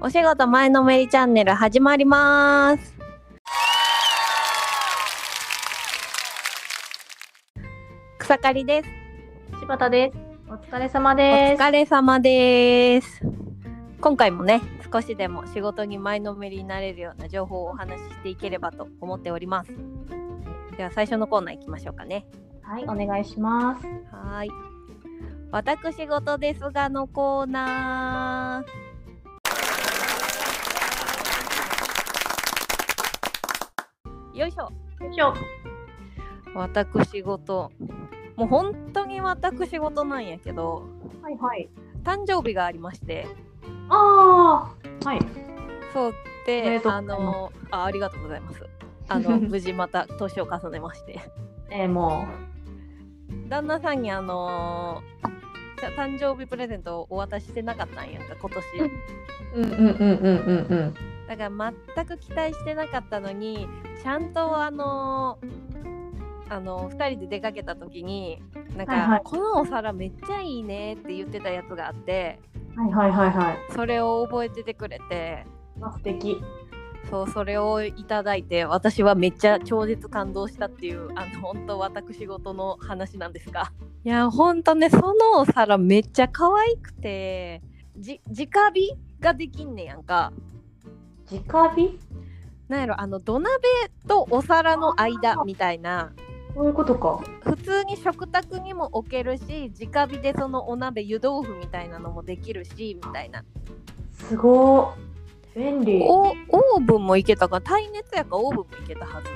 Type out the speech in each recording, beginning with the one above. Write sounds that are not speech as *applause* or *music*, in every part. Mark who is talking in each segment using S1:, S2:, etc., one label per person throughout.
S1: お仕事前のめりチャンネル始まります。草刈りです。
S2: 柴田です。お疲れ様
S1: お
S2: です。
S1: 疲れ様です。今回もね、少しでも仕事に前のめりになれるような情報をお話ししていければと思っております。では最初のコーナー行きましょうかね。
S2: はい、お願いします。
S1: はーい。私事ですがのコーナー。よいしょ
S2: よいしょ。
S1: 私事もう本当に私事なんやけど
S2: はいはい。
S1: 誕生日がありまして
S2: ああ、はい。
S1: そう
S2: おめ
S1: で
S2: でとう
S1: あ
S2: ございます
S1: のあありがとうございますあ *laughs* の無事また年を重ねまして
S2: えー、も
S1: 旦那さんにあのーた誕生日プレゼントをお渡ししてなかったんやんか今年
S2: う。うんうんうんうんうん
S1: だから全く期待してなかったのにちゃんとあのあの2人で出かけた時になんか、
S2: はいはい
S1: このお皿めっちゃいいね」って言ってたやつがあって
S2: うん。はいはいはいはい。
S1: それを覚えててくれて
S2: あ素敵。
S1: そうそれをいただいて私はめっちゃ超絶感動したっていうあの本当私事の話なんですがいや本当ねそのお皿めっちゃ可愛くてじ直火ができんねやんか。
S2: 直火？
S1: なんやろあの土鍋とお皿の間みたいな
S2: そういうことか。
S1: 普通に食卓にも置けるし直火でそのお鍋湯豆腐みたいなのもできるしみたいな
S2: すごー。便利。
S1: おオーブンもいけたから耐熱やからオーブンもいけたはず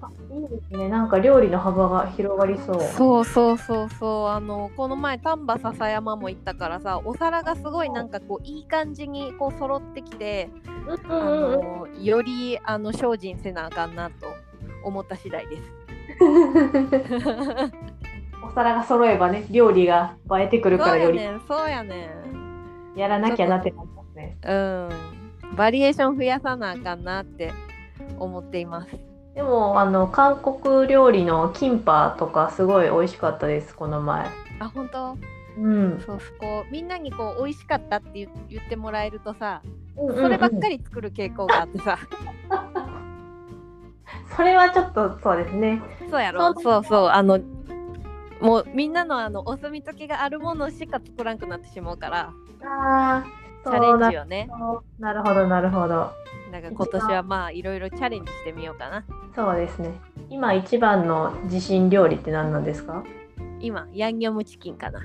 S2: あいいですね。なんか料理の幅が広がりそう。
S1: そうそうそうそうあのこの前丹波篠山も行ったからさお皿がすごいなんかこういい感じにこう揃ってきて
S2: うん
S1: あ
S2: うんうん。
S1: のよりあの精進せなあかんなと思った次第です
S2: *laughs* お皿が揃えばね、料理が映えてくるか
S1: そ
S2: ら
S1: うや
S2: より
S1: ねんそうやねん
S2: やらなきゃなってなりますね。
S1: うん、バリエーション増やさなあかんなって思っています。
S2: でもあの韓国料理のキンパとかすごい美味しかったですこの前。
S1: あ本当
S2: うん。
S1: そうそうこうみんなにこう美味しかったって言言ってもらえるとさ
S2: そ
S1: そればっか。り作る傾向があってさ、
S2: それはちょっとそうですね。
S1: *laughs* そうやろ
S2: そう
S1: そうそうあのもうみんなのあのお墨付きがあるものしか作らんくなってしまうから
S2: ああ。
S1: チャレンジよね
S2: なるほどなるほど。
S1: だから今年はまあいろいろチャレンジしてみようかな
S2: そうですね。今一番の自信料理って何なんですか？ *laughs*
S1: 今ヤンニョムチキンかな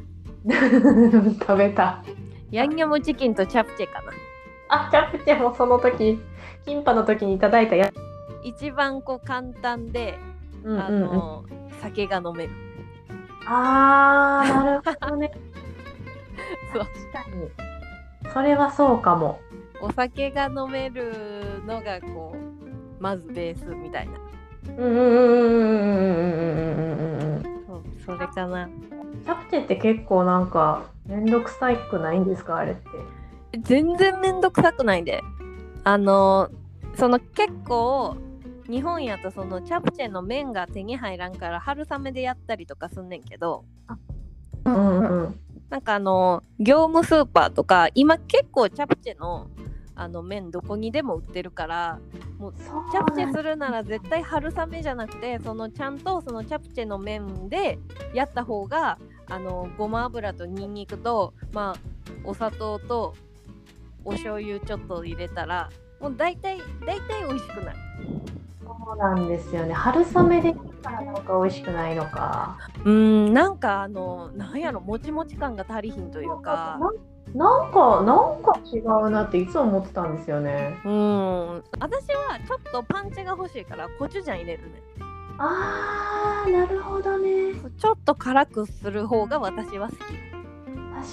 S2: 食べた。
S1: ヤンニョムチキンとチャプチェかな
S2: あ、チャプチェもその時キンパの時にいただいたやつ。
S1: 一番こう簡単で、
S2: うん
S1: あの酒が飲める
S2: ああなるほどね。
S1: そう
S2: 確かに。それはそうかも。
S1: お酒が飲めるのがこうまずベースみたいな
S2: うんうんうんうんうんうんうんうんうんうん
S1: そうそれかな
S2: チャプチェって結構なんか面倒くさいくないんですかあれって。
S1: 全然めんどくさくないであのその結構日本やとそのチャプチェの麺が手に入らんから春雨でやったりとかすんねんけど
S2: うんうん
S1: なんかあの業務スーパーとか今結構チャプチェのあの麺どこにでも売ってるから
S2: そう
S1: チャプチェ
S2: なん
S1: するなら絶対春雨じゃなくてそのちゃんとそのチャプチェの麺でやった方があのごま油とニンニクとまあお砂糖とお醤油ちょっと入れたらもう大体大体美味しくなる
S2: そうなんですよね。春雨でいいからなんか美味しくないのか。
S1: うーんなんかあのなんやろもちもち感が足りひんというか
S2: ななんかなんか違うなっていつも思ってたんですよね。
S1: うーん私はちょっとパンチが欲しいからコチュジャン入れるね
S2: あーなるほどね。
S1: ちょっと辛くする方が私は好き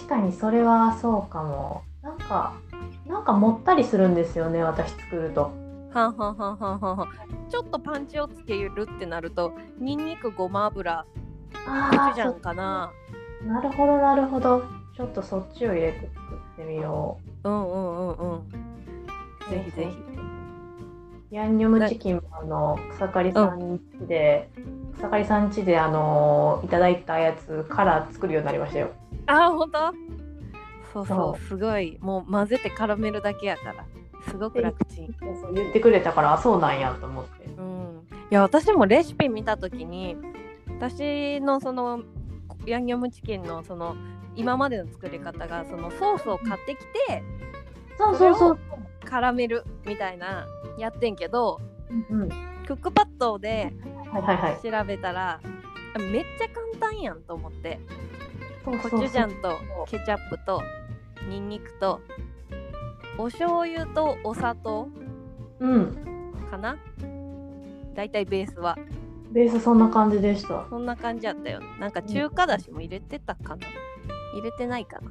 S2: 確かにそれはそうかも。なんかなんかもったりするんですよね私作ると。
S1: はんはんはんはんはんはんちょっとパンチをつけるってなるとニンニクごま油
S2: あ
S1: コチ
S2: ー
S1: ュジャンかな
S2: なるほどなるほど。ちょっとそっちを入れて作ってみよ
S1: うんうんうんうん
S2: う。
S1: ぜひぜ
S2: ひ。ヤンニョムチキンもあの草刈さん家で、草刈さん家であのいただいたやつから作るようになりましたよ。
S1: あーほんとそうそうすごいもう混ぜて絡めるだけやからすごく楽ちん
S2: そう言ってくれたからあそうなんやと思って
S1: うん、いや私もレシピ見た時に私のそのヤンニョムチキンのその今までの作り方がそのソースを買ってきて
S2: そうそうそう、
S1: 絡めるみたいなやってんけど
S2: うんうん、は
S1: クックパッドで
S2: いはいはい
S1: 調べたらめっちゃ簡単やんと思って
S2: そう
S1: コ
S2: そう
S1: チ
S2: そう
S1: ュジャンとケチャップとニンニクとお醤油とお砂糖
S2: うん
S1: かなだいたいベースは
S2: ベースそんな感じでした
S1: そんな感じやったよ。なんか中華だしも入れてたかな、入れてないかな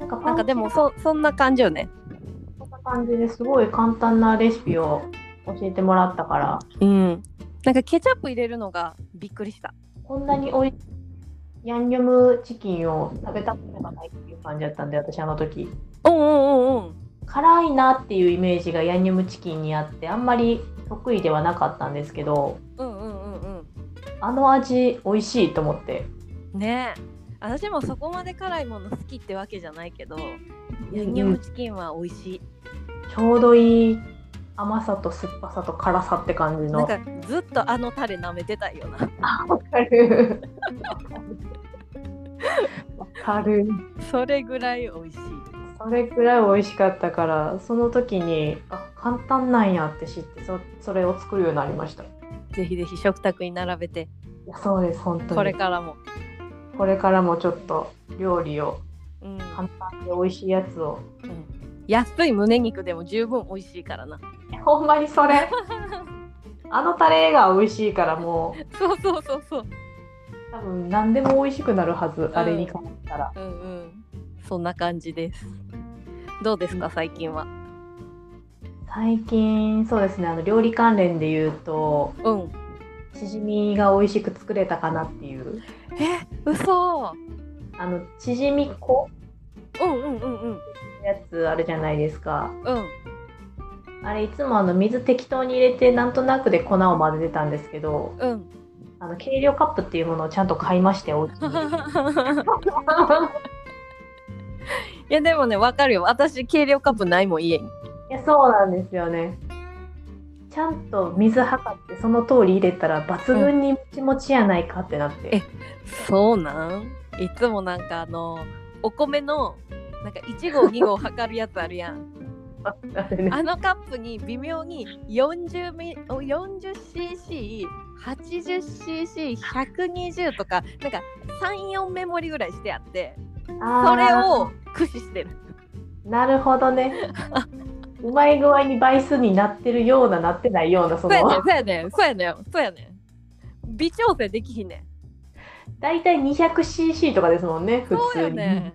S2: なんかパン
S1: なんかでもそそんな感じよね。
S2: そんな感じですごい簡単なレシピを教えてもらったから
S1: うん。なんかケチャップ入れるのがびっくりした。
S2: こんなにおいヤンニョムチキンを食べたことがないっていう感じだったんで私あの時
S1: うんうんうんうん。
S2: 辛いなっていうイメージがヤンニョムチキンにあってあんまり得意ではなかったんですけど
S1: うんうんうん
S2: あの味美味しいと思って
S1: うん。ねえ。私もそこまで辛いもの好きってわけじゃないけど、ヤンニョムチキンは美味しい。
S2: ちょうどいい甘さと酸っぱさと辛さって感じ
S1: な
S2: の
S1: んかずっとあのタレ舐めてたいよな。 *laughs*
S2: わかるわかる
S1: それぐらい美味しい。
S2: それくらい美味しかったからその時にあ簡単なんやって知ってそそれを作るようになりましたい
S1: ぜひぜひ食卓に並べて、
S2: やそうです本当に
S1: これからも。
S2: これからもちょっと料理を
S1: うん。
S2: 簡単で美味しいやつを
S1: 安い胸肉でも十分美味しいからな。 *laughs*
S2: ほんまにそ *laughs* れあのタレが美味しいからもう
S1: そうそうそうそう。
S2: 多分何でも美味しくなるはず、
S1: ん
S2: あれに関したら
S1: うんうん。そんな感じです。どうですか、最近は。
S2: 最近そうですねあの料理関連で言うと
S1: うん。
S2: しじみが美味しく作れたかなっていう
S1: え、嘘。
S2: あのちじみ粉
S1: うんうんうんうん。
S2: のやつあるじゃないですか
S1: うん。
S2: あれいつもあの水適当に入れてなんとなくで粉を混ぜてたんですけど
S1: うん。
S2: あの計量カップっていうものをちゃんと買いましてお家に *laughs*
S1: いや、でもね、わかるよ。私、計量カップないもん、家に。
S2: いやそうなんですよねちゃんと水測ってその通り入れたら抜群にもちもちやないかってなって、
S1: えそうなん。いつもなんか、あの、お米の。なんか1号2号測るやつあるや
S2: *laughs*
S1: ん
S2: あれね
S1: あのカップに微妙に 40cc80cc120 とかなんか34メモリぐらいしてあって
S2: あー
S1: それを駆使してる。
S2: なるほどねうまい具合に倍数になってるようななってないようなそ
S1: そうやねん、
S2: の
S1: そうやねん、そうやねん、そうやねん。微調整できひんねん。
S2: 大体 200cc とかですもんね普
S1: そう
S2: 通
S1: よ
S2: に、
S1: ね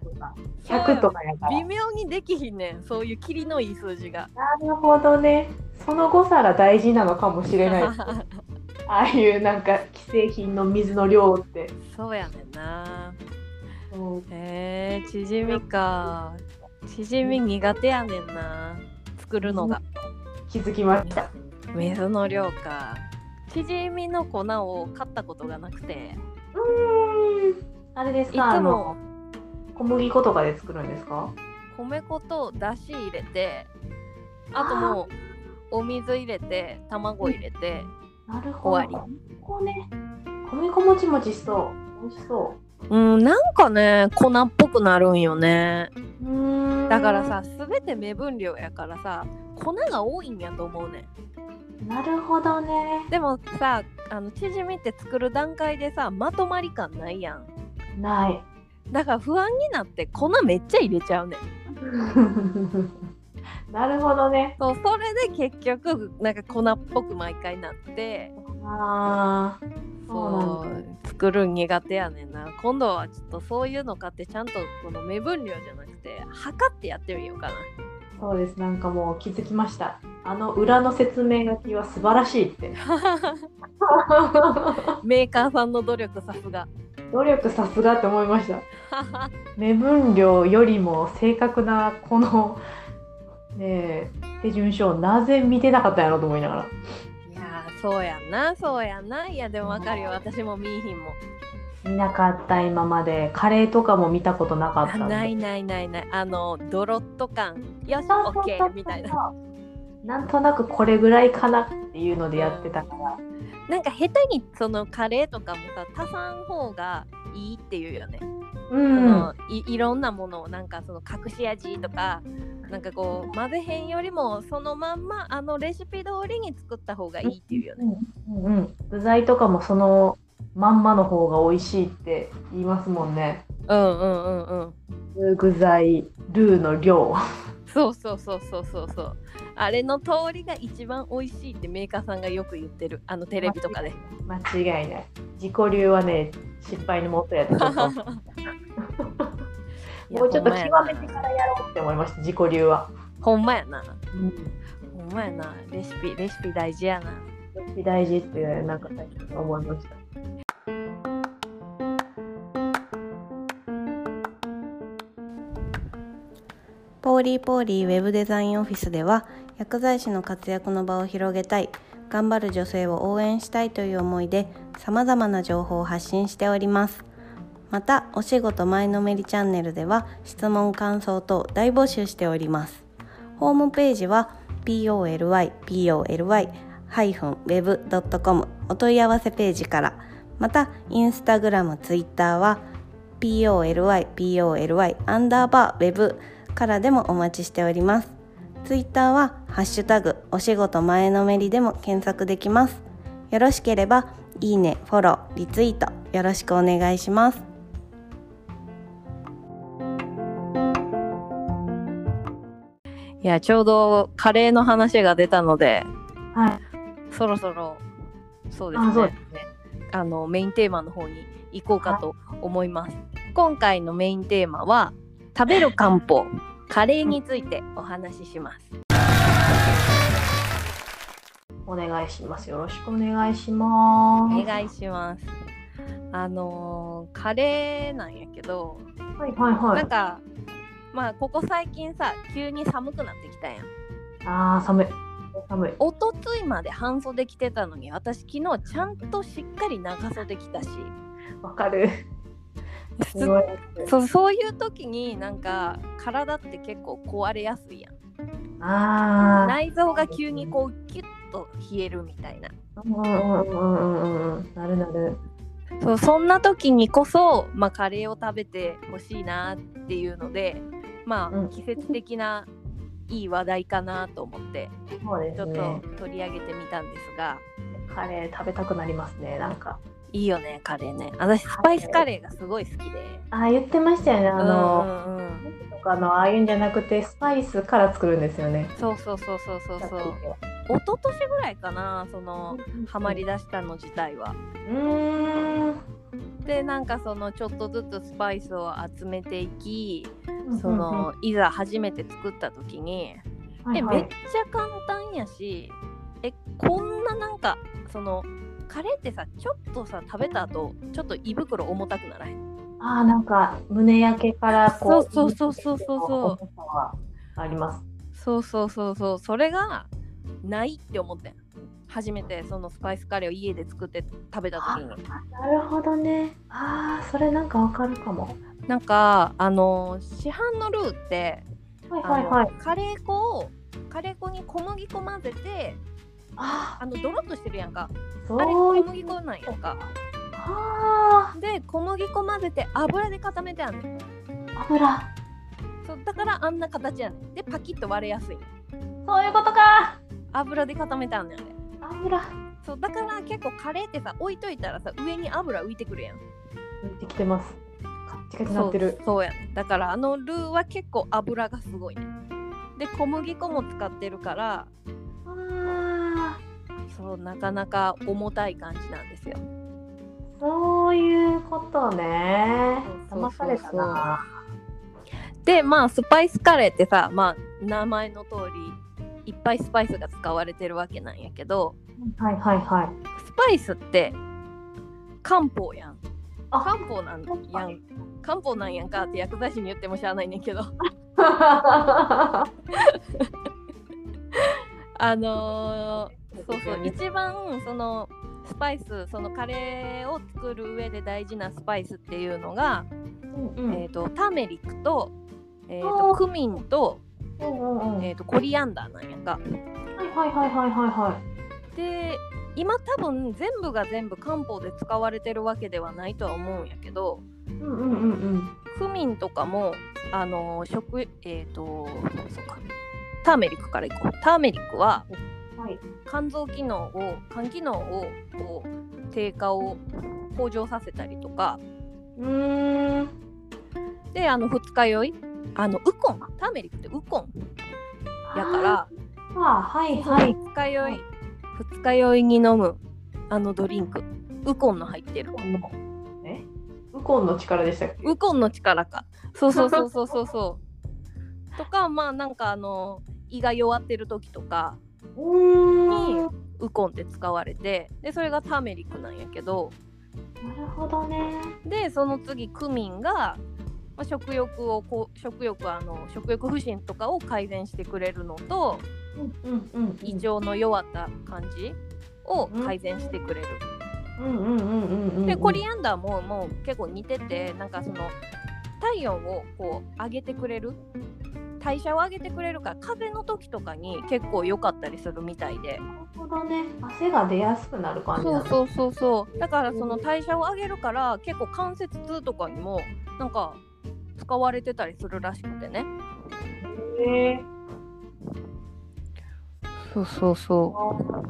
S2: 100とかやから
S1: 微妙にできひんねん、そういうキリのいい数字が。
S2: なるほどね。その誤差が大事なのかもし
S1: *laughs*
S2: れない。ああいうなんか既製品の水の量って。
S1: そうやねんな。
S2: そう
S1: へえ、チヂミか。チヂミ苦手やねんな。作るのが。
S2: 気づきました。
S1: 水の量か。チヂミの粉を買ったことがなくて。
S2: うーん。あれです
S1: いつ
S2: か。
S1: も
S2: あの小麦粉とかで作るんですか。
S1: 米粉とだし入れて、あともうお水入れて、卵入れて。
S2: なるほど。
S1: 終わ
S2: り。小麦粉ね。小麦粉もちもちしそう。美味しそ
S1: うん、なんかね粉っぽくなるんよね
S2: う。うーん。
S1: だから。さ全て目分量やからさ粉が多いんやと思うね
S2: なるほどね
S1: ん。でもさあのチヂミって作る段階でさまとまり感ないやん
S2: ない。 *laughs*
S1: だから不安になって粉めっちゃ入れちゃうねん
S2: なるほどね。
S1: そうそれで結局なんか粉っぽく毎回なって
S2: ああ。
S1: そ
S2: そう
S1: 作るん苦手やねんな今度はちょっとそういうの買ってちゃんとこの目分量じゃなくて測ってやってみようかな
S2: そうです、なんかもう気づきました。あの裏の説明書きは素晴らしいって。 *laughs*
S1: *laughs* メーカーさんの努力さすが *laughs*
S2: 努力さすがって思いました。目分量よりも正確なこの、ねえ、手順書をなぜ見てなかったんやろうと思いながら。
S1: いやーそうやんなそうやんないやでもわかるよ私も見いひんもん
S2: 見なかった今までカレーとかも見たことなかった
S1: あ
S2: んで
S1: ないないないないあのドロッと感よし
S2: そうそう
S1: オッケ
S2: そう
S1: ー
S2: そう
S1: みたいな
S2: なんとなくこれぐらいかなっていうのでやってたから、
S1: なんか下手にそのカレーとかもさ足さん方がいいっていうよね、
S2: う
S1: そ
S2: ん
S1: のいいろんなものをなんかその隠し味とかなんかこう混ぜへんよりもそのまんまあのレシピ通りに作った方がいいっていうよね
S2: うんうん、具材とかもそのまんまの方が美味しいって言いますもんね
S1: うんうんうんうん
S2: 具材ルーの量 *laughs*
S1: そうそうそうそうそうそうあれの通りが一番美味しいってメーカーさんがよく言ってるあのテレビとかで
S2: 間違いない自己流はね失敗の *laughs* もとやってちょっともうちょっと極めてからやろうって思いました自己流は、
S1: ほんまやな
S2: うん、
S1: ほんまやなレシピレシピ大事やな
S2: 大事ってなんか最近思いました
S3: ポーリーポーリーウェブデザインオフィスでは薬剤師の活躍の場を広げたい頑張る女性を応援したいという思いで様々な情報を発信しておりますまたお仕事前のめりチャンネルでは質問感想等大募集しておりますホームページは polypoly-web.com お問い合わせページからまたインスタグラムツイッターは polypoly アンダーバー web からでもお待ちしております。ツイッターはハッシュタグお仕事前のめりでも検索できます。よろしければいいね、フォロー、リツイートよろしくお願いします。
S1: いやちょうどカレーの話が出たので
S2: はい
S1: そろそろそうですね
S2: あ
S1: あ
S2: そうですね
S1: のメインテーマの方に行こうかと思います、今回のメインテーマは食べる漢方カレーについてお話しします
S2: お願いしますよろしくお願いします
S1: お願いしますあのーカレーなんやけど
S2: はいはいは
S1: ないんかまあここ最近さ急に寒くなってきたやん
S2: あー寒い寒い
S1: 一昨日まで半袖着てたのに私昨日ちゃんとしっかり長袖着たし
S2: わかるす
S1: す
S2: ごい
S1: そうそういう時になんか体って結構壊れやすいやん
S2: ああ
S1: 内臓が急にこうギュッと冷えるみたいな
S2: うんうんうんうんうんうんなるなる
S1: そうそんな時にこそ、まあ、カレーを食べてほしいなっていうのでま
S2: うん
S1: あ季節的ないい話題かなと思って
S2: そうで
S1: ち
S2: す
S1: ょっ
S2: ね
S1: と取り上げてみたんですが、
S2: カレー食べたくなりますねなんか
S1: いいよねカレーね私スパイスカレーがすごい好きで
S2: あー言ってましたよねあ
S1: あ
S2: の、
S1: うんうんうん
S2: とかのああいうんじゃなくてスパイスから作るんですよね
S1: そうそうそうそうそうそう
S2: さっきは
S1: 一昨年ぐらいかなそのハマりだしたの自体は
S2: うーん
S1: でなんかそのちょっとずつスパイスを集めていきそ
S2: うんうん
S1: のいざ初めて作った時に
S2: うん
S1: え
S2: は
S1: め
S2: い
S1: っちゃ簡単やしえこんななんかそのカレーってさちょっとさ食べた後ちょっと胃袋重たくならへん
S2: ああなんか胸焼けからこう
S1: そうそうそうそうそうそう
S2: 重さはあります
S1: そうそうそうそうそれがないって思ってん初めてそのスパイスカレーを家で作って食べた時に
S2: なるほどねああそれなんかわかるかも
S1: なんかあの市販のルーって
S2: はい
S1: あ
S2: はい
S1: の
S2: はい
S1: カレー粉をカレー粉に小麦粉混ぜて
S2: あ
S1: あのドロッとしてるやんか
S2: ー
S1: あれ
S2: そうい
S1: 小
S2: う
S1: 麦粉なんやんか
S2: あ
S1: で小麦粉混ぜて油で固めてあんねん
S2: あ油
S1: そうだからあんな形やねんでパキッと割れやすい
S2: そういうことか
S1: 油で固めてあんねんあれ
S2: 油
S1: そうだから結構カレーってさ置いといたらさ上に油浮いてくるやん
S2: 浮いてきてますカッチカチになってる
S1: そうそうやねだからあのルーは結構油がすごいねで小麦粉も使ってるから
S2: あ
S1: そうなかなか重たい感じなんですよ
S2: ーそういうことね
S1: そうそう
S2: 騙されたな
S1: でまあスパイスカレーってさまあ名前の通りいっぱいスパイスが使われてるわけなんやけど
S2: はいはいはい
S1: スパイスって漢方やん
S2: あ
S1: 漢方なんやん漢方なんやんかって薬剤師に言ってもしゃあないねんけど
S2: *laughs*
S1: あのーそうそう一番そのスパイスそのカレーを作る上で大事なスパイスっていうのが、
S2: うん
S1: えー、とターメリックと,、えー、
S2: あ
S1: と
S2: ー
S1: クミンと,、
S2: うんうんうん
S1: えー、とコリアンダーなんやんか。
S2: はいはいはいはいは
S1: で今多分全部が全部漢方で使われてるわけではないとは思うんやけど
S2: いうんうんうんうん
S1: クミンとかもあの食えっ、とそうかターメリックからいこうターメリックは
S2: はい
S1: 肝臓機能を肝機能をこう低下を向上させたりとか
S2: うーん
S1: であの二日酔いあのウコンターメリックってウコンやから
S2: あはいはい
S1: 二日酔い二日酔いに飲むあのドリンクウコンの入ってる
S2: えウコンの力でしたっけ
S1: ウコンの力かそうそうそうそうそうそう
S2: *laughs*
S1: とかまあなんかあの胃が弱ってる時とか
S2: うーん
S1: ウコンって使われてでそれがターメリックなんやけど
S2: なるほどね
S1: でその次クミンが、まあ、食欲をこう食欲あの食欲不振とかを改善してくれるのと
S2: うんうんうん
S1: 胃腸の弱った感じを改善してくれる、
S2: うんうんうんうんうん
S1: でコリアンダーももう結構似ててなんかその体温をこう上げてくれる代謝を上げてくれるから風邪の時とかに結構良かったりするみたいで
S2: なるほどね汗が出やすくなる感じ
S1: そう
S2: う
S1: そうそうそうだからその代謝を上げるから結構関節痛とかにもなんか使われてたりするらしくてね
S2: へえ
S1: そうそうそ
S2: あ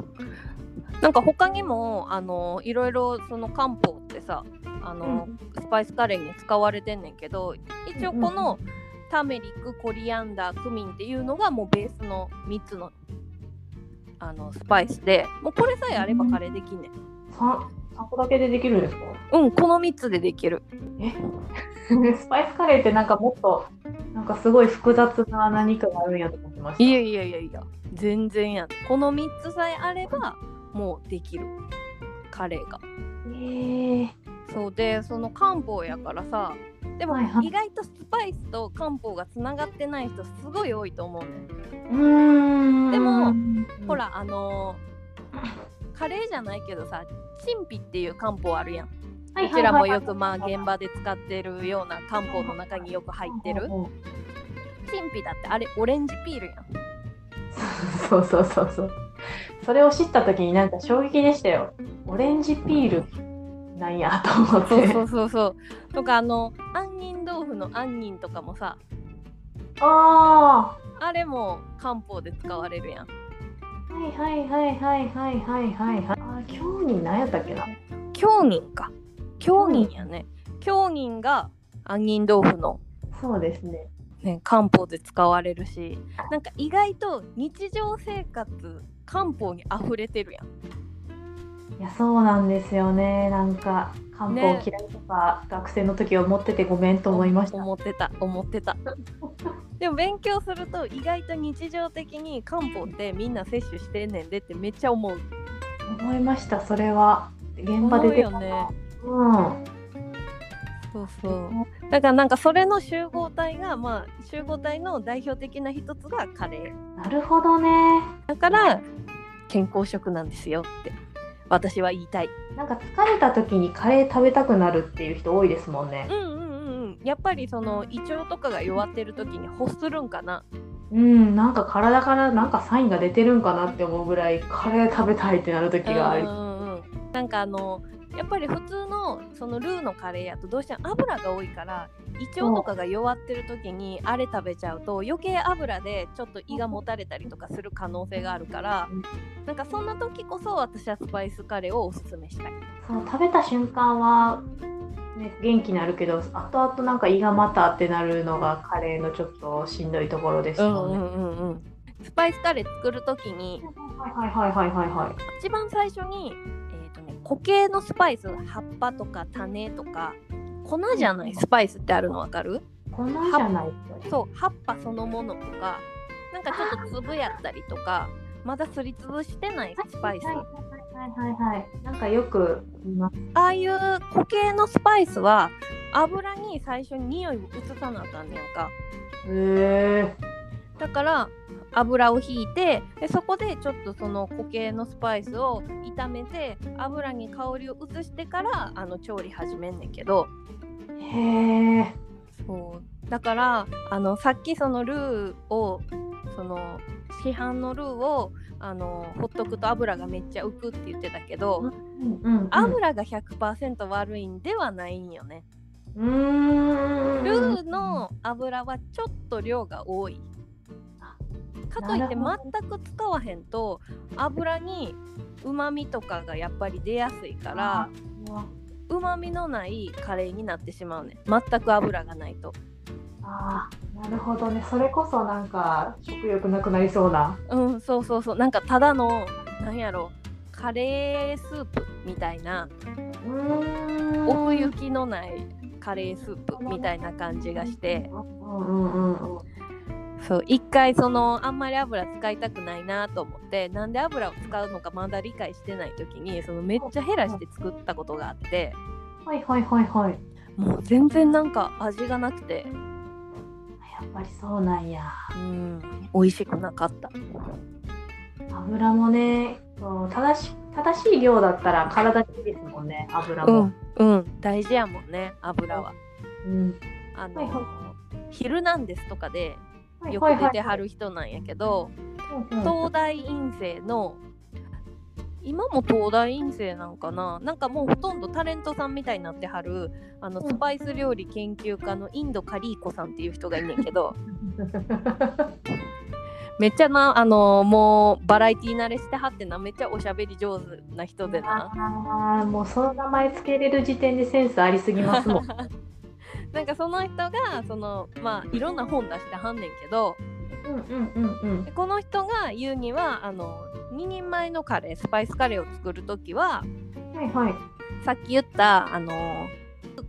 S1: うなんか他にもあのいろいろその漢方ってさあ
S2: う
S1: の、
S2: ん
S1: スパイスカレーに使われてんねんけど一応このターメリックコリアンダークミンっていうのがもうベースの3つのあのスパイスでもうこれさえあればカレーできんねん
S2: さ3個だけでできるんですか
S1: うんこの3つでできる
S2: えスパイスカレーってなんかもっとなんかすごい複雑な何かがあるんやと思ってました
S1: いやいやいやいや全然やこの3つさえあればもうできるカレーが
S2: ええ
S1: そうでその漢方やからさでも
S2: はいはい
S1: 意外とスパイスと漢方がつながってない人すごい多いと思うねん
S2: うーん
S1: でも
S2: うん
S1: ほらあのーカレーじゃないけどさ陳皮っていう漢方あるやんこ
S2: はいはい
S1: ちら
S2: は
S1: も
S2: いはい
S1: よくまあ現場で使ってるような漢方の中によく入ってる
S2: うんうん
S1: 陳皮だってあれオレンジピールやん
S2: *laughs* そうそうそうそうそれを知った時になんか衝撃でしたよオレンジピールなんやと思っ
S1: そう
S2: て
S1: そうそうそう *laughs* とかあの杏仁豆腐の杏仁とかもさ
S2: あ
S1: あれも漢方で使われるやん
S2: あはいはいはいはいはいはいはいはいあー今日に何やったっけな
S1: 狂人か狂人やね狂人が杏仁豆腐の
S2: そうですね
S1: ね、漢方で使われるしなんか意外と日常生活漢方に溢れてるやん
S2: いやそうなんですよねなんか漢方嫌い
S1: ね
S2: とか、学生の時は思っててごめんと思いました
S1: 思ってた思ってたでも勉強すると意外と日常的に漢方ってみんな摂取してんねんでってめっちゃ思う
S2: 思いましたそれは現場
S1: 思
S2: で
S1: う
S2: 出て
S1: よ
S2: た
S1: ね
S2: うん
S1: そうそうだからなんかそれの集合体がまあ集合体の代表的な一つがカレー
S2: なるほどね
S1: だから健康食なんですよって私は言いたい
S2: なんか疲れた時にカレー食べたくなるっていう人多いですもんね
S1: うんうんうんうんやっぱりその胃腸とかが弱ってる時に欲するんかな
S2: うんなんか体からなんかサインが出てるんかなって思うぐらいカレー食べたいってなる時がある、
S1: うんうんうんなんかあのやっぱり普通のそのルーのカレーやとどうしても油が多いから胃腸とかが弱ってる時にあれ食べちゃうと余計油でちょっと胃がもたれたりとかする可能性があるからなんかそんな時こそ私はスパイスカレーをおすすめしたい。
S2: そう食べた瞬間は、ね、元気になるけど後々なんか胃がまたってなるのがカレーのちょっとしんどいところですよね、
S1: うんうん、スパイスカレー作る時に
S2: はいはいはいはいはいはい
S1: 一番最初に、えーとね、固形のスパイス葉っぱとか種とか粉じゃないスパイスってあるのわかる
S2: こんなんじゃない
S1: そう葉っぱそのものとかなんかちょっと粒やったりとかまだすりつぶしてないスパイス
S2: はいはいはいはいはいなんかよく見ます
S1: ああいう固形のスパイスは油に最初に匂いを移さなあかんねやんか
S2: へえ
S1: だから油を引いてでそこでちょっとその固形のスパイスを炒めて油に香りを移してからあの調理始めんねんけど
S2: へえ。
S1: そうだからあのさっきそのルーをその市販のルーをあのほっとくと油がめっちゃ浮くって言ってたけど
S2: うんうん。
S1: 油が100%悪いんではないんよね。
S2: うーん。
S1: ルーの油はちょっと量が多い。かといって
S2: な
S1: 全く使わへんと油にうまみとかがやっぱり出やすいから
S2: あ。
S1: うまみのないカレーになってしまうね全く油がないと。
S2: ああ、なるほどね。それこそなんか食欲なくなりそうな。
S1: うんそうそうそうなんかただのなんやろカレースープみたいな
S2: うーん
S1: 奥行きのないカレースープみたいな感じがして。
S2: うんうんうんうん。
S1: そう一回そのあんまり油使いたくないなと思ってなんで油を使うのかまだ理解してない時にそのめっちゃ減らして作ったことがあって
S2: はいはいはいはい。
S1: もう全然なんか味がなくて、
S2: やっぱりそうなんや。
S1: うん、美味しくなかった
S2: 油もね、そう正し正しい量だったら体にいいですもんね。油
S1: う
S2: も。
S1: んうん大事やもんね油は
S2: うん。
S1: あの、
S2: はいは
S1: ヒルナンデス」とかで
S2: はい
S1: よ
S2: はい
S1: く
S2: は
S1: 出
S2: い
S1: てはる人なんやけど、
S2: うんうん
S1: 東大院生の今も東大院生なんかななんかもうほとんどタレントさんみたいになってはるあの
S2: うん
S1: スパイス料理研究家のインドカリーコさんっていう人がいんねんけどめっちゃなあのもうバラエティー慣れしてはってなめっちゃおしゃべり上手な人でな
S2: ああ、もうその名前つけれる時点でセンスありすぎますも
S1: *laughs*
S2: ん。
S1: なんかその人がそのまあいろんな本出してはんねんけど
S2: うんうんうんうん。
S1: でこの人が言うにはあの2人前のカレースパイスカレーを作る時は
S2: はいはい。
S1: さっき言ったあの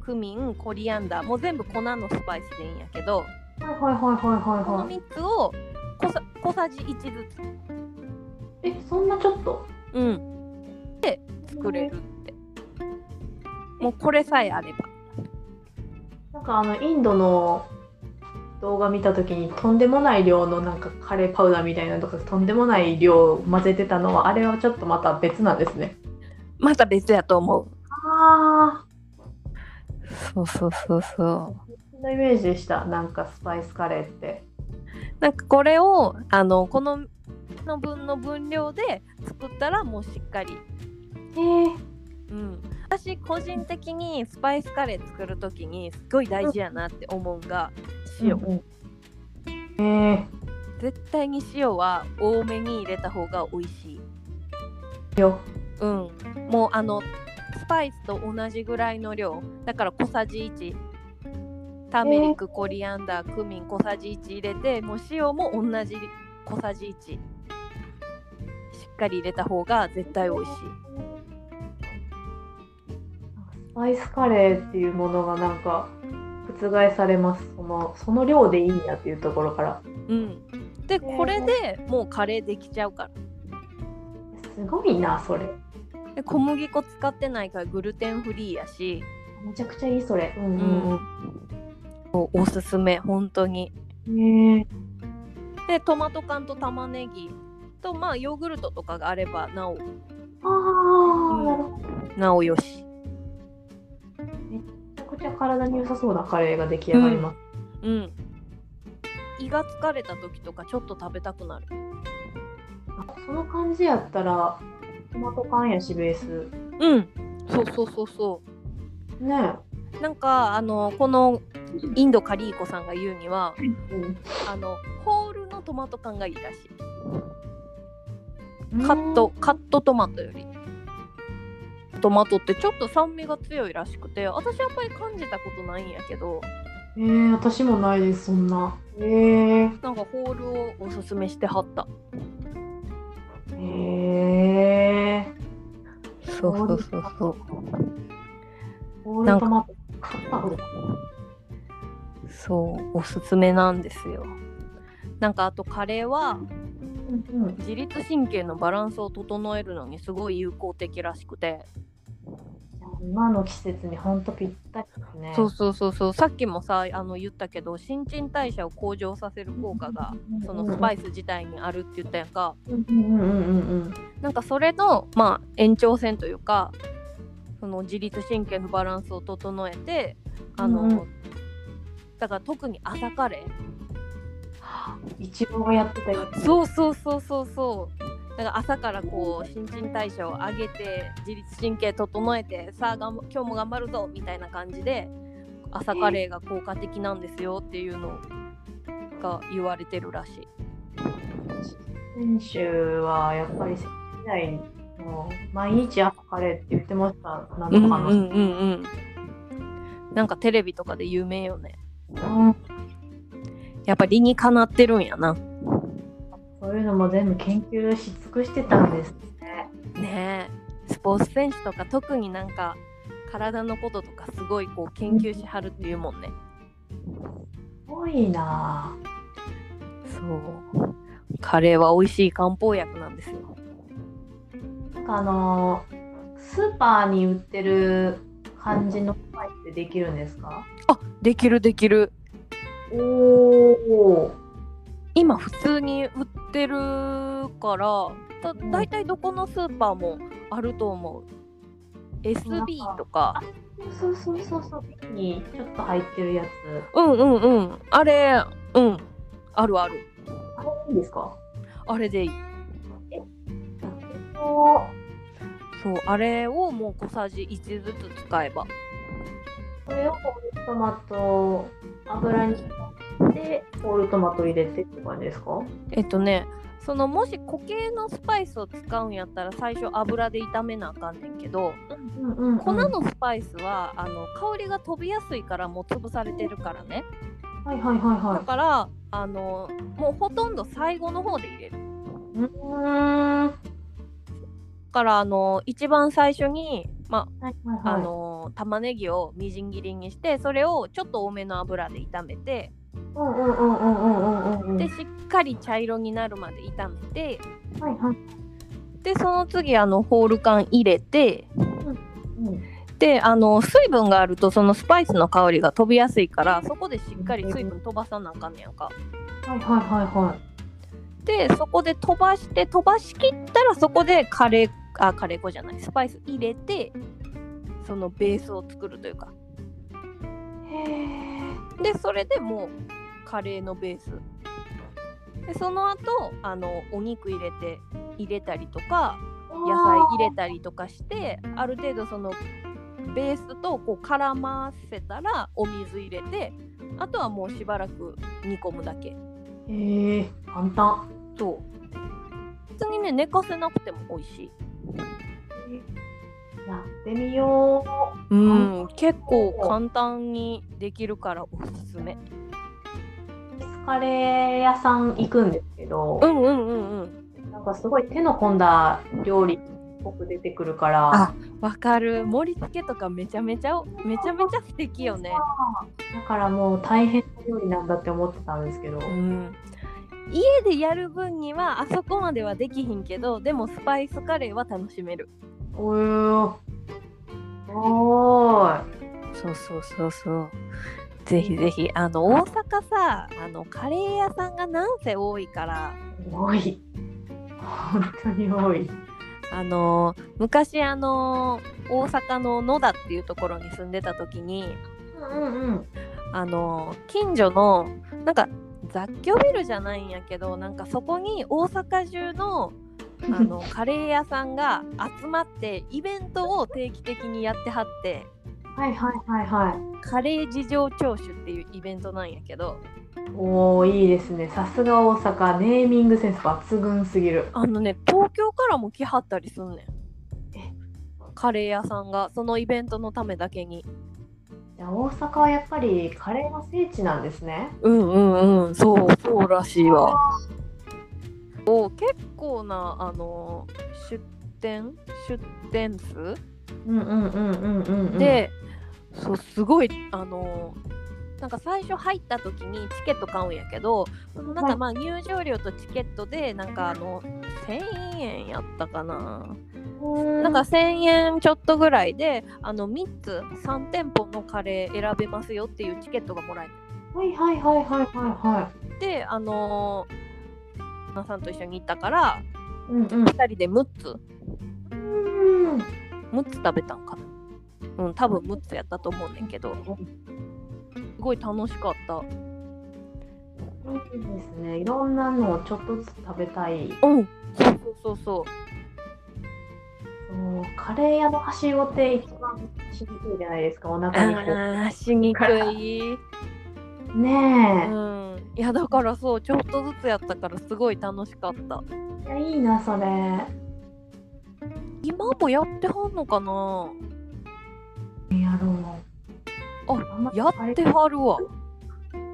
S1: クミンコリアンダーもう全部粉のスパイスでいいんやけど
S2: はいはいはいはい
S1: この
S2: はいはい。
S1: 3つを小さ小さじ1ずつ、
S2: え、そんなちょっと
S1: うん、で作れるってもうこれさえあれば
S2: なんかあのインドの動画見た時にとんでもない量のなんかカレーパウダーみたいなのとかとんでもない量混ぜてたのはあれはちょっとまた別なんですね。
S1: また別やと思う
S2: あ
S1: そうそうそうそ
S2: あ、そんなイメージでした。なんかスパイスカレーって。
S1: うなんかこれをあのこのの分の分量で作ったらもうしっかり
S2: えー、
S1: うん、私個人的にスパイスカレー作る時にすごい大事やなって思うんが塩、
S2: うんうんえ
S1: 絶対に塩は多めに入れた方が美味しい、
S2: ー、よ。
S1: うん、もうあのスパイスと同じぐらいの量だから小さじ1ターメリック、コリアンダークミン小さじ1入れてもう塩も同じ小さじ1しっかり入れた方が絶対美味しい
S2: スパイスカレーっていうものがなんか覆されます。そのその量でいいんやっていうところから。
S1: うんでこれでもうカレーできちゃうから
S2: すごいな、それ。
S1: で小麦粉使ってないからグルテンフリーやし、
S2: めちゃくちゃいい、それ。うん
S1: う
S2: うんうん。
S1: おおすすめ本当に
S2: ね
S1: でトマト缶と玉ねぎとまあヨーグルトとかがあればなお
S2: ああ、
S1: うん
S2: なるほど。
S1: なおよし
S2: めちゃくちゃ体に良さそうなカレーが出来上がります。
S1: うん胃が疲れた時とかちょっと食べたくなる
S2: その感じやったら、トマト缶やしベース。
S1: うんそうそうそうそ
S2: ね
S1: うなんかあのこのインドカリーコさんが言うには
S2: え。
S1: あのホールのトマト缶がいいらしい
S2: うん
S1: カット。カットトマトよりトマトってちょっと酸味が強いらしくて私あんまり感じたことないんやけど
S2: えー、私もないです、そんな。えー、
S1: なんかホールをおすすめしてはった
S2: えー、
S1: そう
S2: そうそう
S1: そう
S2: ホールトマト。買った方が
S1: そうおすすめなんですよなんかあとカレーは
S2: うんうん。
S1: 自律神経のバランスを整えるのにすごい有効的らしくて
S2: 今の季節にほんとぴったりですね。
S1: そうそうそうそうさっきもさあの言ったけど新陳代謝を向上させる効果がそのスパイス自体にあるって言ったやんか
S2: うんうんうんうん
S1: なんかそれのまあ延長線というかその自律神経のバランスを整えてあの、
S2: うん
S1: だから特に朝カレ
S2: うん。いちごがやってたや
S1: ーそうそうそうそうそうだから朝からこう新陳代謝を上げて自律神経整えてさあがん今日も頑張るぞみたいな感じで朝カレーが効果的なんですよっていうのが言われてるらしい。
S2: 選手はやっぱり選手時代の毎日朝カレーって言ってましたな
S1: う
S2: の
S1: ん
S2: かな。
S1: うんうんうんなんかテレビとかで有名よね
S2: うん
S1: やっぱ理にかなってるんやな
S2: そういうのも全部研究し尽くしてたんですね。
S1: ねえスポーツ選手とか特になんか体のこととかすごいこう研究しはるっていうもんね
S2: すごいなぁ。
S1: そうカレーは美味しい漢方薬なんですよ
S2: なんかあのースーパーに売ってる感じのスパイスってできるんですか
S1: あできるできる
S2: おお。
S1: 今普通に売ってるからだ
S2: ん
S1: 大体どこのスーパーもあると思う SB とか
S2: そうそうそうそう。瓶にちょっと入ってるやつ。
S1: うんうんうんあれうんあるある
S2: あれいいんですか
S1: あれでいい
S2: おー
S1: そうあれをもう小さじ1ずつ使えば
S2: これをトマト油にしてホールトマト入れてって感じですか
S1: えっとねそのもし固形のスパイスを使うんやったら最初油で炒めなあかんねんけど
S2: うんうん、
S1: 粉
S2: は
S1: のスパイスはあの香りが飛びやすいからもう潰されてるからね
S2: いはいはい
S1: だ
S2: は
S1: からあのもうほとんど最後の方で入れるだ
S2: いうーんは
S1: からあの一番最初にま
S2: いはい
S1: あ、
S2: はい
S1: あの玉ねぎをみじん切りにしてそれをちょっと多めの油で炒めて
S2: うんうんうんうんうんうんうん
S1: でしっかり茶色になるまで炒めて
S2: はいはい
S1: でその次あのホール缶入れて
S2: うん
S1: であの水分があるとそのスパイスの香りが飛びやすいからそこでしっかり水分飛ばさなあかんねやんか。
S2: はいはいはいはい
S1: でそこで飛ばして飛ばしきったらそこでカレーあカレー粉じゃないスパイス入れてそのベースを作るというか
S2: へえ
S1: でそれでもうカレーのベースでその後あのお肉入れて入れたりとか野菜入れたりとかしてある程度そのベースとこう絡ませたらお水入れてあとはもうしばらく煮込むだけ
S2: へえ簡単
S1: そう別にね寝かせなくても美味しい
S2: やってみよ
S1: うん結構簡単にできるからおすすめ
S2: うスカレー屋さん行くんですけど、
S1: うんうんうんうん
S2: なんかすごい手の込んだ料理っぽく出てくるから
S1: あわかる盛り付けとかめちゃめちゃめちゃめちゃ素敵よね
S2: だからもう大変な料理なんだって思ってたんですけど、
S1: うん家でやる分にはあそこまではできひんけどでもスパイスカレーは楽しめる
S2: おーおーい
S1: そうそうそうそう。ぜひぜひ。あの、大阪さ、あの、カレー屋さんがなんせ多いから、
S2: 多い本当に多い
S1: あの、昔あの、大阪の野田っていうところに住んでた時に、
S2: うんうん
S1: あの、近所の、なんか、雑居ビルじゃないんやけど、なんかそこに大阪中の、あの、カレー屋さんが集まって、イベントを定期的にやってはって、
S2: *laughs* はいはいはいは
S1: カレー事情聴取っていうイベントなんやけど、
S2: いおおいいですねさすが大阪ネーミングセンス抜群すぎる
S1: あのね東京からも来はったりすんね
S2: え
S1: んカレー屋さんがそのイベントのためだけに
S2: じゃあ大阪はやっぱりカレーの聖地なんですね
S1: うんうんうんそうそうらしいわお結構なあの出店出店数
S2: うんうんうんうんうんうん
S1: で、そうすごいあのなんか最初入った時にチケット買うんやけどそのなんかまあ入場料とチケットでなんかあの1000円やったかな
S2: な
S1: なんか1000円ちょっとぐらいであの3つ3店舗のカレー選べますよっていうチケットがもらえ
S2: はいはいはいはいはいは
S1: てあのー、皆さんと一緒に行ったから
S2: い。うんうん。
S1: 2人で6つ
S2: うん。
S1: 6つ食べたんかなうん多分6つやったと思うねんけどすごい楽しかった
S2: いいですね。いろんなのをちょっとずつ食べたい。
S1: うんそうそうそう
S2: そのカレー屋のはしごって一番しにくいじゃないですか、お腹にこ
S1: あーしにくい、
S2: う。
S1: う
S2: ねえ。
S1: ん、いやだからそうちょっとずつやったからすごい楽しかった
S2: いやいいなそれ
S1: 今もやってはんのかな
S2: やろ
S1: あ
S2: う
S1: やってはるわ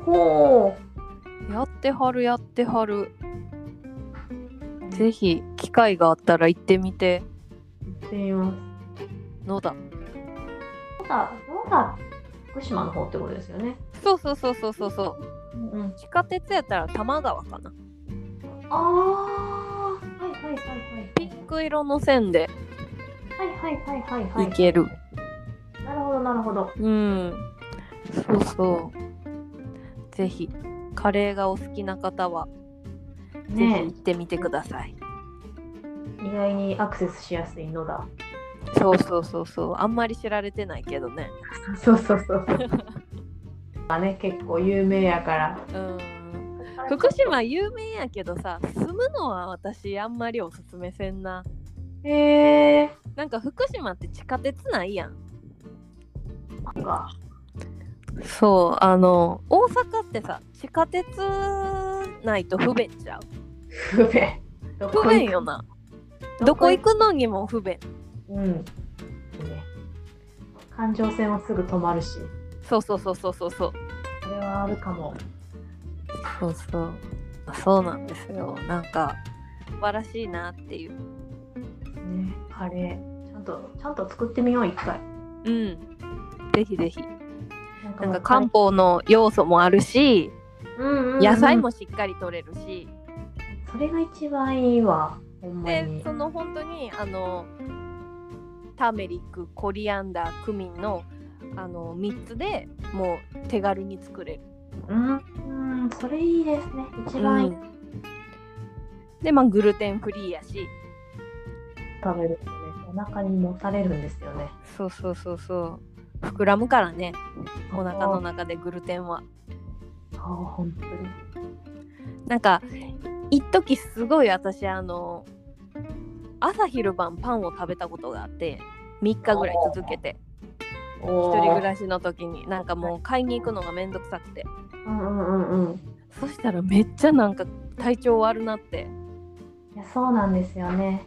S2: ほ
S1: やってはるやってはるぜひ機会があったら行ってみて
S2: うってみます
S1: のだ
S2: どうだどうだ福島の方ってことですよね
S1: そうそうそうそうそうそう
S2: うんうん
S1: 地下鉄やったら多摩川かな
S2: ああはいはいはい
S1: ピンク色の線で
S2: はいはいはいはいはい
S1: 行ける、
S2: なるほどなるほど
S1: うんそうそうぜひカレーがお好きな方はぜひ
S2: ね
S1: 行ってみてください、
S2: 意外にアクセスしやすいのだ
S1: そうそうそうそうあんまり知られてないけどね
S2: そうそうそうそうまあね結構有名やから
S1: うん福島有名やけどさ住むのは私あんまりおすすめせんな
S2: へえ
S1: なんか福島って地下鉄ないやん
S2: なんか
S1: そうあの大阪ってさ地下鉄ないと不便ちゃう
S2: 不便ど
S1: 不便よなどこ行くのにも不便
S2: うんいいね環状線はすぐ止まるし
S1: そうそうそうそうそうそう
S2: それはあるかも
S1: そうそうそうなんですよなんか素晴らしいなっていう
S2: ね、カレーちゃんとちゃんと作ってみよう一回
S1: うんぜひぜひ
S2: なん
S1: なん
S2: もう
S1: か漢方の要素もあるし
S2: うんうんうん
S1: 野菜もしっかり取れるし、
S2: それが一番いいわほんま
S1: で
S2: に
S1: その本当にあのターメリックコリアンダークミンのあの3つでもう手軽に作れる、
S2: うん、うん、それいいですね一番いい、
S1: でまあグルテンフリーやし
S2: 食べるとねお腹にもたれるんですよね
S1: そうそうそうそう膨らむからねお腹の中でグルテンは
S2: ああ本当に
S1: なんか一時すごい私あの朝昼晩パンを食べたことがあって3日ぐらい続けて一
S2: お
S1: 人暮
S2: い
S1: らしの時になんかもう買いに行くのがめんどくさくて
S2: うんうんうんうん
S1: そしたらめっちゃなんか体調悪なって
S2: いやそうなんですよね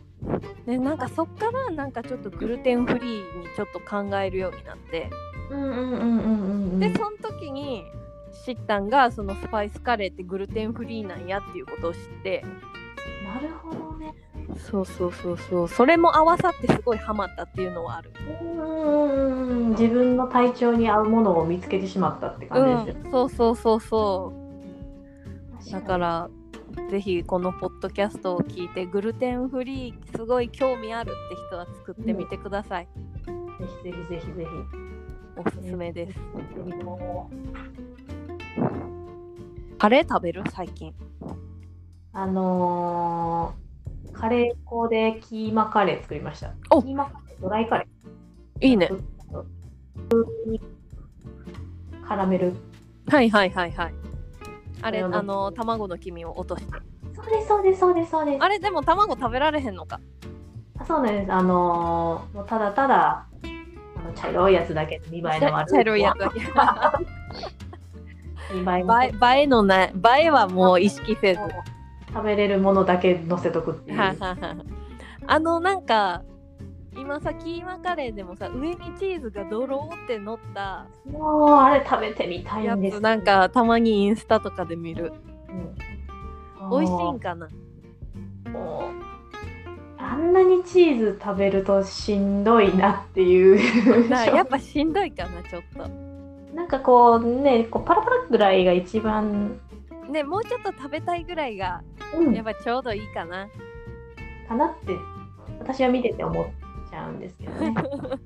S1: でなんかそっからなんかちょっとグルテンフリーにちょっと考えるようになって
S2: うんうんうんうんうんうん
S1: でその時に知ったんがそのスパイスカレーってグルテンフリーなんやっていうことを知って
S2: なるほどね
S1: そうそうそうそうそれも合わさってすごいハマったっていうのはある
S2: うんうんうんうん自分の体調に合うものを見つけてしまったって
S1: う
S2: 感じです
S1: んそうそうそうそ
S2: よ、
S1: うだからぜひこのポッドキャストを聞いてグルテンフリーすごい興味あるって人は作ってみてください、
S2: ぜひぜひぜひぜひ
S1: おすすめです
S2: もう
S1: カレー食べる最近
S2: あのー、カレー粉でキーマカレー作りました。
S1: お
S2: キーマカレー、ドライカレ
S1: いい
S2: ー。
S1: ね
S2: 絡める。
S1: はいはいはいはい。あれ、
S2: これは
S1: あ
S2: 何
S1: の、卵の黄身を落として。
S2: そうです、そうです、そうです、そうです。
S1: あれ、でも卵食べられへんのか。
S2: あそうなんです。あのー、もうただただ、あの茶色いやつだけ見栄えの悪
S1: *laughs*
S2: い。
S1: 茶色いやつ。
S2: 見栄えの悪い
S1: 映え、映えのない、映えはもう意識せず。は
S2: 食べれるものだけ乗せとくって
S1: い
S2: いう。
S1: はいはい。あの、なんか、今さ、キーマカレーでもさ、上にチーズがドローって乗った
S2: もう、あれ食べてみたい
S1: や
S2: んです。
S1: つ、なん、か、たまにインスタとかで見る。
S2: うん、
S1: 美味しいんかな。
S2: もうあんなにチーズ食べるとしんどいなっていう
S1: *laughs* だからやっぱしんどいかな、ちょっと。
S2: なんかこうねこうパラパラぐらいが一番、
S1: ねもうちょっと食べたいぐらいが
S2: うん
S1: やっぱちょうどいいか
S2: *laughs*
S1: な、
S2: かなって私は見てて思っちゃうんですけどねそうそう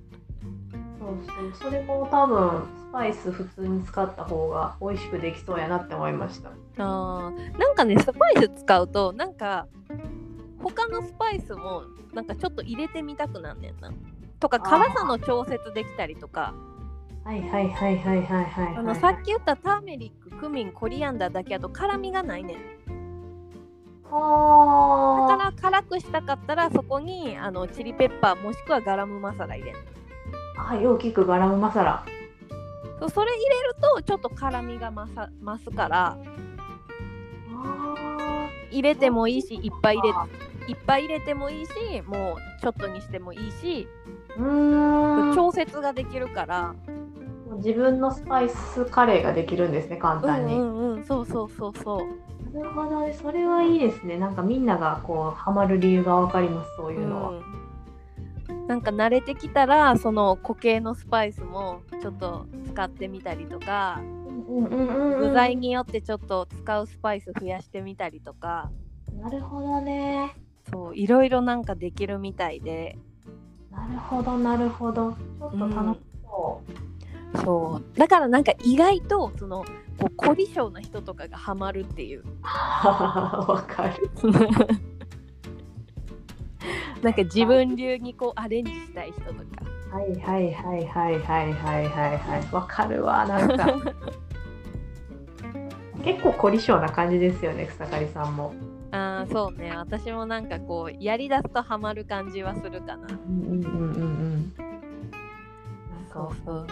S2: それも多分スパイス普通に使った方が美味しくできそうやなって思いました
S1: あーなんかねスパイス使うとなんか他のスパイスもなんかちょっと入れてみたくなんねんなとか
S2: あー
S1: 辛さの調節できたりとか
S2: はいはいはいはいはいはい、はい、
S1: あのさっき言ったターメリッククミンコリアンダーだけやと辛みがないねんだか
S2: あ
S1: ら辛くしたかったらそこにあのチリペッパーもしくはガラムマサラ入れる
S2: ーはい大きくガラムマサラ
S1: そうそれ入れるとちょっと辛みが増さ増すから
S2: あ
S1: 入れてもいいしいっぱい入れいっぱい入れてもいいしもうちょっとにしてもいいし
S2: ーうーん
S1: 調節ができるから
S2: 自分のスパイスカレーができるんですね簡
S1: う
S2: 単
S1: ん
S2: に、
S1: うんうんそうそうそうそう
S2: なるほどねそれはいいですねなんかみんながこうハマる理由がわかりますそういうのは、
S1: うんなんか慣れてきたらその固形のスパイスもちょっと使ってみたりとか
S2: うんうんうんうん
S1: 具材によってちょっと使うスパイス増やしてみたりとか
S2: なるほどね
S1: そういろいろなんかできるみたいで
S2: なるほどなるほどちょっと楽しそう、
S1: そうだからなんか意外とそのこう凝り性の人とかがハマるって *laughs* いう
S2: *laughs* わかる
S1: なんか自分流にこうアレンジしたい人とか
S2: はいはいはいはいはいはいはいはいわかるわなんか *laughs* 結構凝り性な感じですよね草刈さんも、
S1: あーそうね私もなんかこうやりだすとハマる感じはするかな
S2: うんうんうんうんうんなんか
S1: そう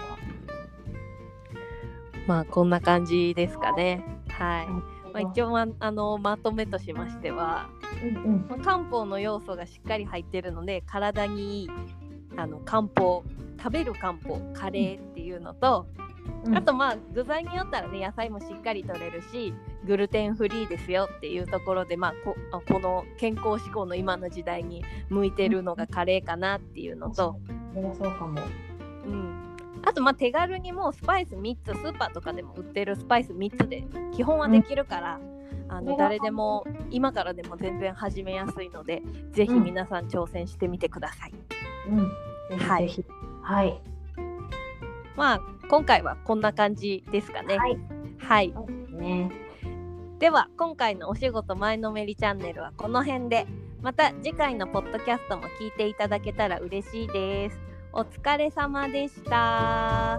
S1: まあこんな感じですかねはい、まあ、一応まあのまとめとしましては、
S2: うんうん
S1: まあ漢方の要素がしっかり入ってるので体にいいあの漢方食べる漢方カレーっていうのと、
S2: うん
S1: あとまあ具材によったらね野菜もしっかり取れるしグルテンフリーですよっていうところで、まあ、こあこの健康志向の今の時代に向いてるのがカレーかなっていうのと、
S2: それはそうかも
S1: うん、あとまあ手軽にもうスパイス3つスーパーとかでも売ってるスパイス3つで基本はできるから、あ
S2: それ
S1: の
S2: が
S1: 誰でも今からでも全然始めやすいのでぜひ
S2: うん
S1: 皆さん挑戦してみてください、
S2: うんぜひ
S1: はい
S2: ぜひはい
S1: まあ今回はこんな感じですかね
S2: はい
S1: はい
S2: そうですね
S1: では今回のお仕事前のめりチャンネルはこの辺でまた次回のポッドキャストも聞いていただけたら嬉しいですお疲れ様でした。